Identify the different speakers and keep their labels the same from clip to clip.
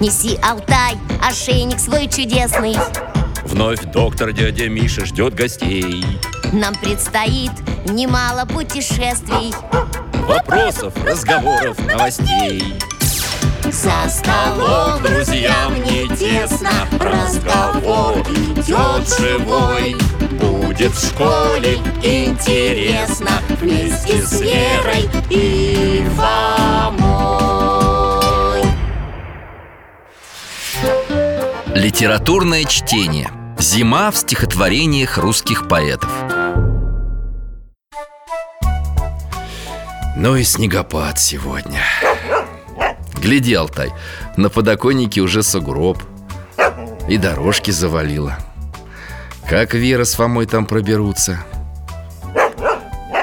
Speaker 1: Неси, Алтай, ошейник свой чудесный
Speaker 2: Вновь доктор дядя Миша ждет гостей
Speaker 1: Нам предстоит немало путешествий
Speaker 2: Вопросов, разговоров, новостей
Speaker 1: За
Speaker 2: Алло, друзьям не тесно Разговор идет живой Будет в школе интересно Вместе с Верой и Фомой
Speaker 3: Литературное чтение. Зима в стихотворениях русских поэтов. Ну и снегопад сегодня. Гляди, Алтай, на подоконнике уже сугроб И дорожки завалило Как Вера с Фомой там проберутся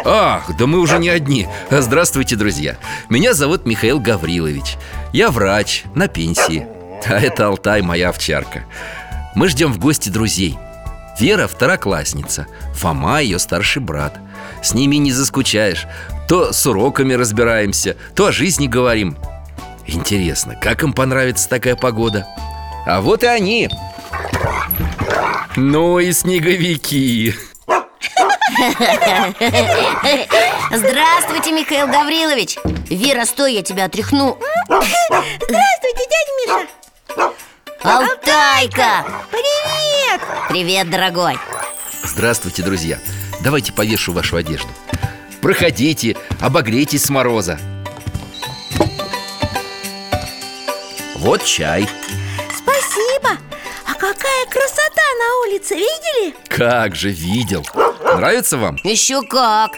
Speaker 3: Ах, да мы уже не одни Здравствуйте, друзья Меня зовут Михаил Гаврилович Я врач, на пенсии А это Алтай, моя овчарка Мы ждем в гости друзей Вера второклассница Фома ее старший брат С ними не заскучаешь То с уроками разбираемся То о жизни говорим Интересно, как им понравится такая погода? А вот и они Ну и снеговики
Speaker 1: Здравствуйте, Михаил Гаврилович Вера, стой, я тебя отряхну
Speaker 4: Здравствуйте, дядя Миша!
Speaker 1: Алтайка!
Speaker 4: Привет!
Speaker 1: Привет, дорогой
Speaker 3: Здравствуйте, друзья Давайте повешу вашу одежду Проходите, обогрейтесь с мороза Вот чай
Speaker 4: Спасибо! А какая красота на улице, видели?
Speaker 3: Как же видел Нравится вам?
Speaker 1: Еще как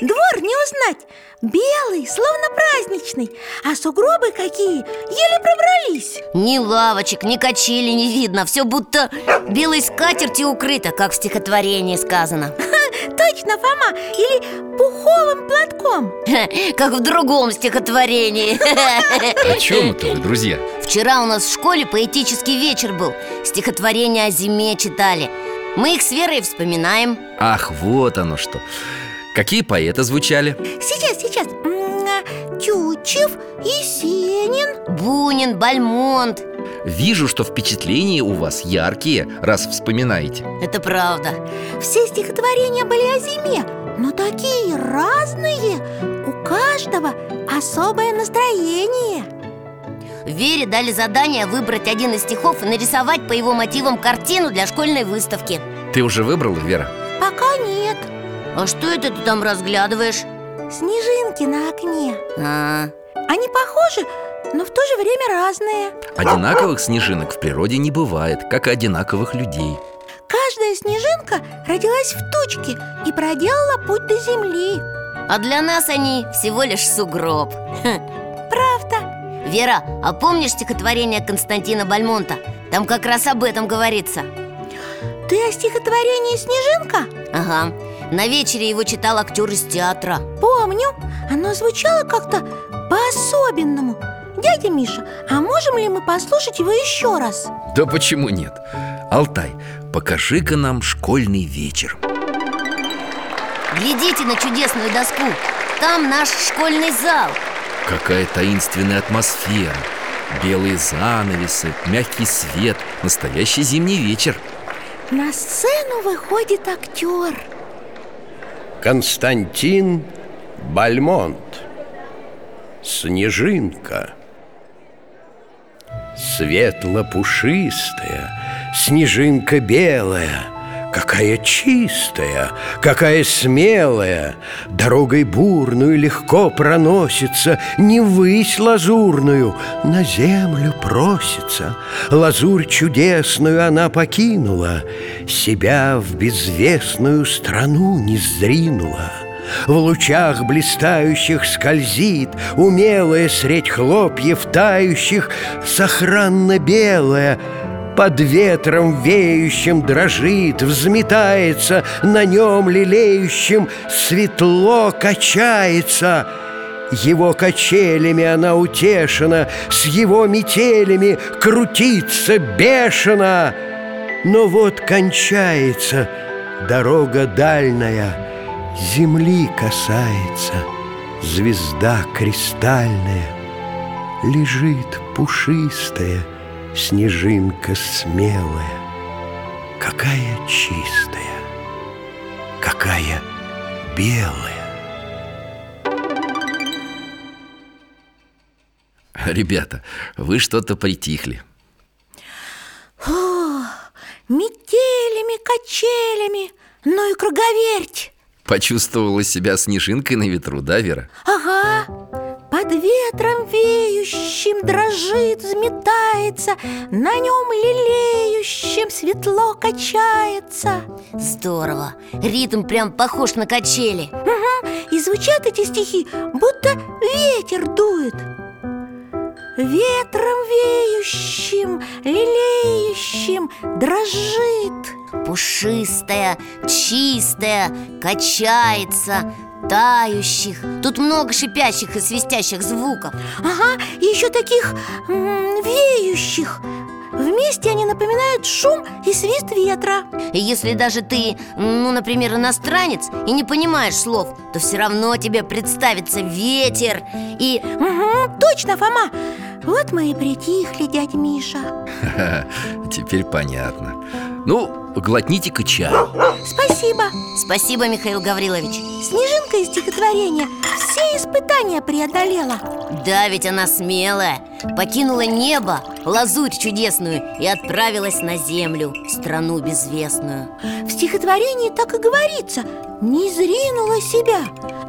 Speaker 4: Двор не узнать Белый, словно праздничный А сугробы какие, еле пробрались
Speaker 1: Ни лавочек, ни качели не видно Все будто белой скатертью укрыто Как в стихотворении сказано
Speaker 4: Точно, Фома, или пуховым платком
Speaker 1: Как в другом стихотворении
Speaker 3: О чем это вы, друзья?
Speaker 1: Вчера у нас в школе поэтический вечер был Стихотворения о зиме читали Мы их с Верой вспоминаем
Speaker 3: Ах, вот оно что Какие поэты звучали?
Speaker 4: Сейчас, сейчас М, а, Тютчев, Есенин
Speaker 1: Бунин, Бальмонт
Speaker 3: Вижу, что впечатления у вас яркие, раз вспоминаете
Speaker 1: Это правда
Speaker 4: Все стихотворения были о зиме Но такие разные У каждого особое настроение
Speaker 1: Вере дали задание выбрать один из стихов И нарисовать по его мотивам картину для школьной выставки
Speaker 3: Ты уже выбрала, Вера?
Speaker 4: Пока нет
Speaker 1: А что это ты там разглядываешь?
Speaker 4: Снежинки на окне
Speaker 1: А,
Speaker 4: Они похожи, но в то же время разные
Speaker 3: Одинаковых снежинок в природе не бывает, как и одинаковых людей
Speaker 4: Каждая снежинка родилась в тучке и проделала путь до земли
Speaker 1: а для нас они всего лишь сугроб
Speaker 4: Правда?
Speaker 1: Вера, а помнишь стихотворение Константина Бальмонта? Там как раз об этом говорится
Speaker 4: Ты о стихотворении «Снежинка»?
Speaker 1: Ага, на вечере его читал актер из театра
Speaker 4: Помню, оно звучало как-то по-особенному Дядя Миша, а можем ли мы послушать его еще раз?
Speaker 3: Да почему нет? Алтай, покажи-ка нам школьный вечер
Speaker 1: Глядите на чудесную доску Там наш школьный зал
Speaker 3: Какая таинственная атмосфера Белые занавесы, мягкий свет Настоящий зимний вечер
Speaker 4: На сцену выходит актер
Speaker 5: Константин Бальмонт Снежинка Светло-пушистая, снежинка белая Какая чистая, какая смелая Дорогой бурную легко проносится Не высь лазурную, на землю просится Лазурь чудесную она покинула Себя в безвестную страну не сдринула в лучах блистающих скользит Умелая средь хлопьев тающих Сохранно белая под ветром веющим дрожит, взметается, на нем лелеющим светло качается. Его качелями она утешена, с его метелями крутится бешено. Но вот кончается дорога дальная, земли касается звезда кристальная. лежит пушистая снежинка смелая. Какая чистая, какая белая.
Speaker 3: Ребята, вы что-то притихли
Speaker 4: О, метелями, качелями, ну и круговерть
Speaker 3: Почувствовала себя снежинкой на ветру, да, Вера?
Speaker 4: Ага, под ветром веющим дрожит, взметается На нем лелеющим светло качается
Speaker 1: Здорово. Ритм прям похож на качели.
Speaker 4: И звучат эти стихи, будто ветер дует Ветром веющим, лелеющим дрожит
Speaker 1: Пушистая, чистая, качается, тающих. Тут много шипящих и свистящих звуков.
Speaker 4: Ага, и еще таких м, веющих Вместе они напоминают шум и свист ветра
Speaker 1: И если даже ты, ну, например, иностранец и не понимаешь слов, то все равно тебе представится ветер и...
Speaker 4: Мгм, Точно, Фома Вот мы и притихли, дядь Миша
Speaker 3: Ха-ха, теперь понятно Ну, глотните-ка чай
Speaker 4: Спасибо
Speaker 1: Спасибо, Михаил Гаврилович.
Speaker 4: Снежинка из стихотворения все испытания преодолела
Speaker 1: Да, ведь она смелая. Покинула небо, лазурь чудесную и отправилась на землю, в страну безвестную.
Speaker 4: В стихотворении так и говорится Не зринула себя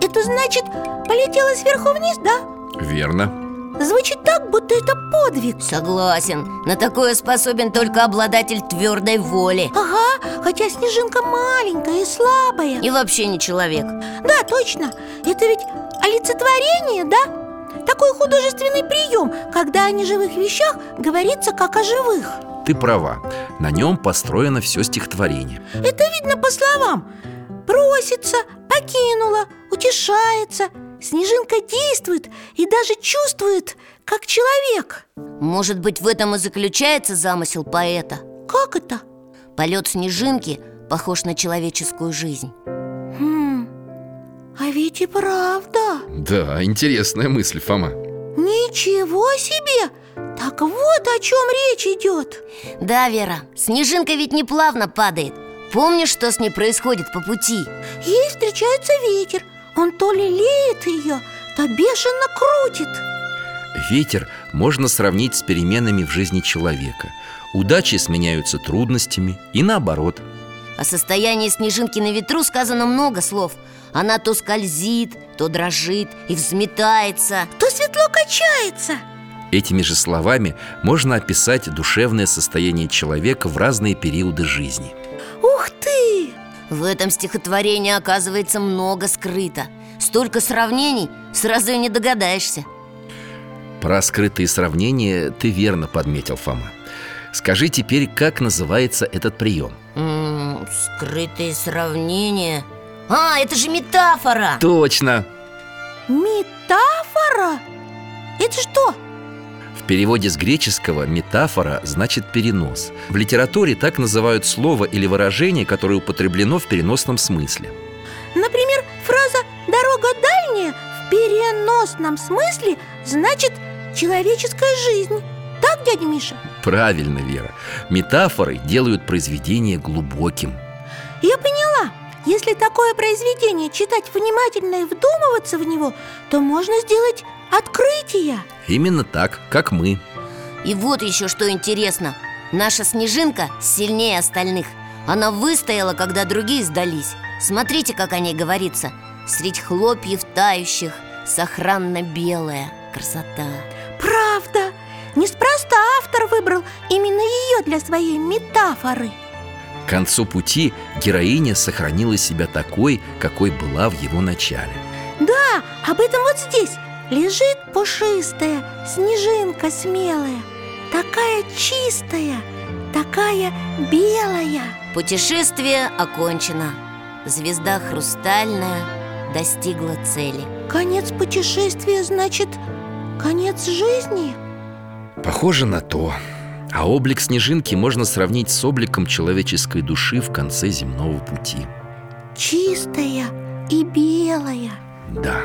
Speaker 4: Это значит, полетела сверху вниз, да?
Speaker 3: Верно
Speaker 4: Звучит так, будто это подвиг
Speaker 1: Согласен, на такое способен только обладатель твердой воли.
Speaker 4: Ага, хотя снежинка маленькая и слабая
Speaker 1: И вообще не человек.
Speaker 4: Да, точно, это ведь олицетворение, да? Такой художественный прием, когда о неживых вещах говорится как о живых
Speaker 3: Ты права, на нем построено все стихотворение
Speaker 4: Это видно по словам Просится, покинула, утешается Снежинка действует и даже чувствует, как человек
Speaker 1: Может быть, в этом и заключается замысел поэта.
Speaker 4: Как это?
Speaker 1: Полет снежинки похож на человеческую жизнь.
Speaker 4: Хм, а ведь и правда
Speaker 3: Да, интересная мысль, Фома
Speaker 4: Ничего себе! Так вот о чем речь идет
Speaker 1: Да, Вера, снежинка ведь не плавно падает. Помнишь, что с ней происходит по пути?
Speaker 4: Ей встречается ветер Он то лелеет ее, то бешено крутит
Speaker 3: Ветер можно сравнить с переменами в жизни человека Удачи сменяются трудностями и наоборот
Speaker 1: О состоянии снежинки на ветру сказано много слов. Она то скользит, то дрожит и взметается.
Speaker 4: То светло качается
Speaker 3: Этими же словами можно описать душевное состояние человека в разные периоды жизни
Speaker 4: Ух ты!
Speaker 1: В этом стихотворении оказывается много скрыто. Столько сравнений, сразу и не догадаешься.
Speaker 3: Про скрытые сравнения ты верно подметил, Фома Скажи теперь, как называется этот прием?
Speaker 1: М, скрытые сравнения. А, это же метафора!
Speaker 3: Точно!
Speaker 4: Метафора? Это что?
Speaker 3: В переводе с греческого «метафора» значит «перенос». В литературе так называют слово или выражение, которое употреблено в переносном смысле.
Speaker 4: Например, фраза «дорога дальняя» в переносном смысле значит «человеческая жизнь» Так, дядя Миша?
Speaker 3: Правильно, Вера. Метафоры делают произведение глубоким.
Speaker 4: Я поняла Если такое произведение читать внимательно и вдумываться в него То можно сделать открытие
Speaker 3: Именно так, как мы.
Speaker 1: И вот еще что интересно. Наша снежинка сильнее остальных. Она выстояла, когда другие сдались. Смотрите, как о ней говорится. Средь хлопьев тающих сохранно белая красота.
Speaker 4: Правда Неспроста автор выбрал именно ее для своей метафоры
Speaker 3: К концу пути героиня сохранила себя такой, какой была в его начале.
Speaker 4: Да, А, об этом вот здесь Лежит пушистая снежинка смелая Такая чистая, такая белая
Speaker 1: Путешествие окончено. Звезда хрустальная достигла цели.
Speaker 4: Конец путешествия значит конец жизни
Speaker 3: Похоже на то. А облик снежинки можно сравнить с обликом человеческой души в конце земного пути.
Speaker 4: Чистая и белая
Speaker 3: Да.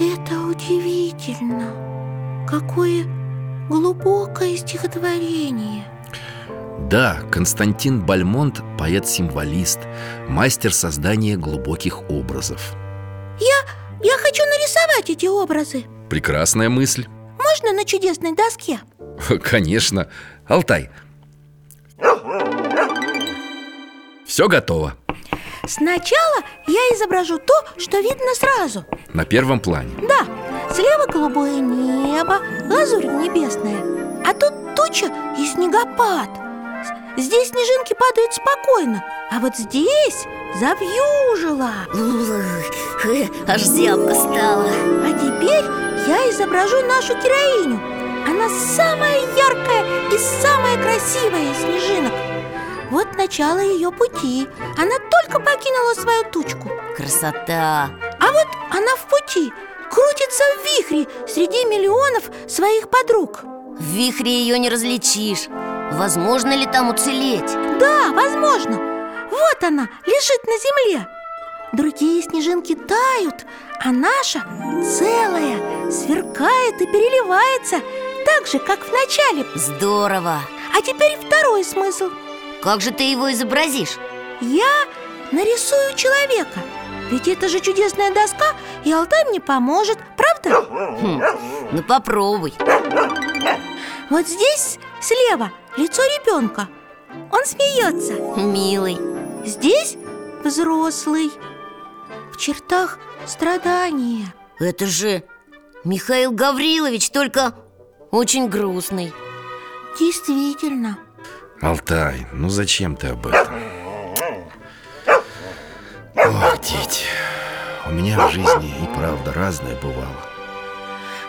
Speaker 4: Это удивительно Какое глубокое стихотворение
Speaker 3: Да, Константин Бальмонт – поэт-символист, мастер создания глубоких образов
Speaker 4: Я хочу нарисовать эти образы
Speaker 3: Прекрасная мысль
Speaker 4: Можно на чудесной доске?
Speaker 3: Конечно Алтай Все готово
Speaker 4: Сначала я изображу то, что видно сразу
Speaker 3: На первом плане
Speaker 4: Да, слева голубое небо, лазурь небесная А тут туча и снегопад С- Здесь снежинки падают спокойно А вот здесь завьюжило
Speaker 1: Ух, э, Аж зябко стало
Speaker 4: А теперь я изображу нашу героиню Она самая яркая и самая красивая из снежинок Вот начало ее пути Она только покинула свою тучку
Speaker 1: Красота
Speaker 4: А вот она в пути Крутится в вихре среди миллионов своих подруг
Speaker 1: В вихре ее не различишь Возможно ли там уцелеть?
Speaker 4: Да, возможно Вот она лежит на земле Другие снежинки тают, а наша целая сверкает и переливается Так же, как в начале
Speaker 1: Здорово
Speaker 4: А теперь второй смысл.
Speaker 1: Как же ты его изобразишь?
Speaker 4: Я нарисую человека. Ведь это же чудесная доска, и Алтай мне поможет, правда?
Speaker 1: Хм, ну попробуй
Speaker 4: Вот здесь слева лицо ребенка. Он смеется.
Speaker 1: Милый
Speaker 4: Здесь взрослый. В чертах страдания.
Speaker 1: Это же Михаил Гаврилович, только очень грустный
Speaker 4: Действительно.
Speaker 3: Алтай, ну зачем ты об этом? Ох, дети У меня в жизни и правда разное бывало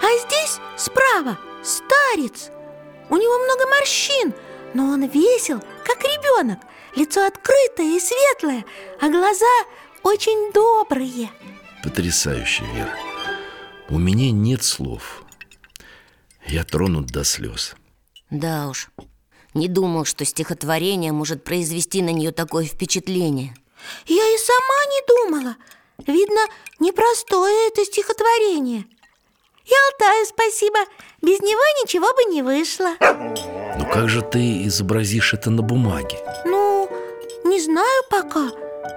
Speaker 4: А здесь справа старец. У него много морщин, но он весел, как ребенок. Лицо открытое и светлое, а глаза очень добрые.
Speaker 3: Потрясающе, Вера. У меня нет слов. Я тронут до слез.
Speaker 1: Да уж Не думал, что стихотворение может произвести на нее такое впечатление
Speaker 4: Я и сама не думала. Видно, непростое это стихотворение. И Алтаю спасибо. Без него ничего бы не вышло.
Speaker 3: Но как же ты изобразишь это на бумаге?
Speaker 4: Ну, не знаю пока.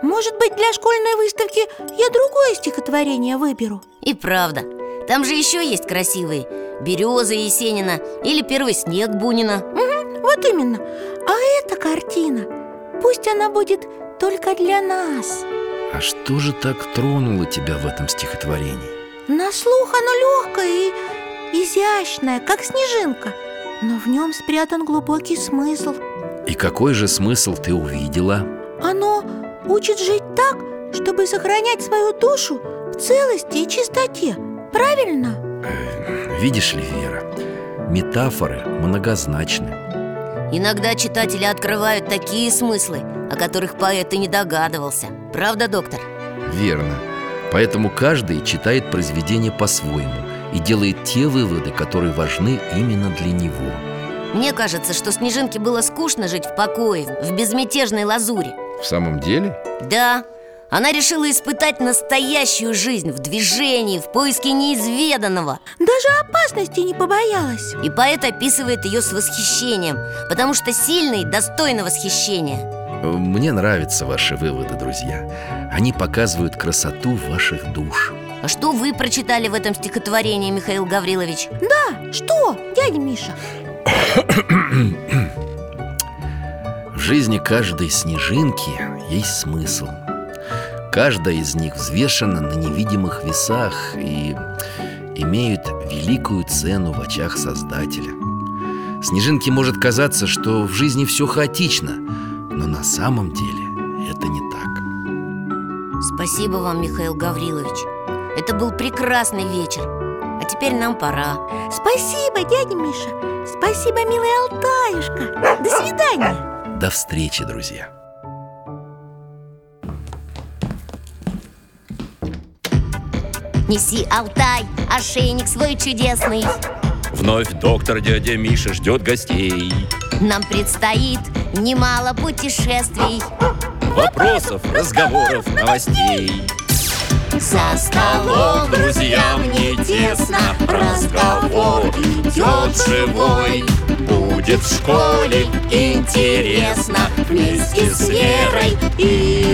Speaker 4: Может быть, для школьной выставки я другое стихотворение выберу.
Speaker 1: И правда, там же еще есть красивые Береза Есенина или Первый снег Бунина
Speaker 4: Вот именно. А эта картина, пусть она будет только для нас.
Speaker 3: А что же так тронуло тебя в этом стихотворении?
Speaker 4: На слух оно легкое и изящное, как снежинка. Но в нем спрятан глубокий смысл.
Speaker 3: И какой же смысл ты увидела?
Speaker 4: Оно учит жить так, чтобы сохранять свою душу в целости и чистоте. Правильно?
Speaker 3: Видишь ли, Вера, метафоры многозначны.
Speaker 1: Иногда читатели открывают такие смыслы, о которых поэт и не догадывался Правда, доктор?
Speaker 3: Верно. Поэтому каждый читает произведение по-своему и делает те выводы, которые важны именно для него.
Speaker 1: Мне кажется, что Снежинке было скучно жить в покое, в безмятежной лазуре
Speaker 3: В самом деле?
Speaker 1: Да, она решила испытать настоящую жизнь в движении, в поиске неизведанного
Speaker 4: Даже опасности не побоялась.
Speaker 1: И поэт описывает ее с восхищением, потому что сильный достойно восхищения
Speaker 3: Мне нравятся ваши выводы, друзья. Они показывают красоту ваших душ.
Speaker 1: А что вы прочитали в этом стихотворении, Михаил Гаврилович?
Speaker 4: Да, А, что, дядя Миша?
Speaker 3: В жизни каждой снежинки есть смысл. Каждая из них взвешена на невидимых весах и имеют великую цену в очах Создателя. Снежинке может казаться, что в жизни все хаотично, но на самом деле это не так.
Speaker 1: Спасибо вам, Михаил Гаврилович Это был прекрасный вечер А теперь нам пора
Speaker 4: Спасибо, дядя Миша. Спасибо, милый Алтаюшка. До свидания.
Speaker 3: До встречи, друзья!
Speaker 1: Неси, Алтай, ошейник свой чудесный
Speaker 2: Вновь доктор дядя Миша ждет гостей
Speaker 1: Нам предстоит немало путешествий
Speaker 2: Вопросов, разговоров, новостей
Speaker 3: За столом друзьям не тесно Разговор идет живой Будет в школе интересно Вместе с Верой и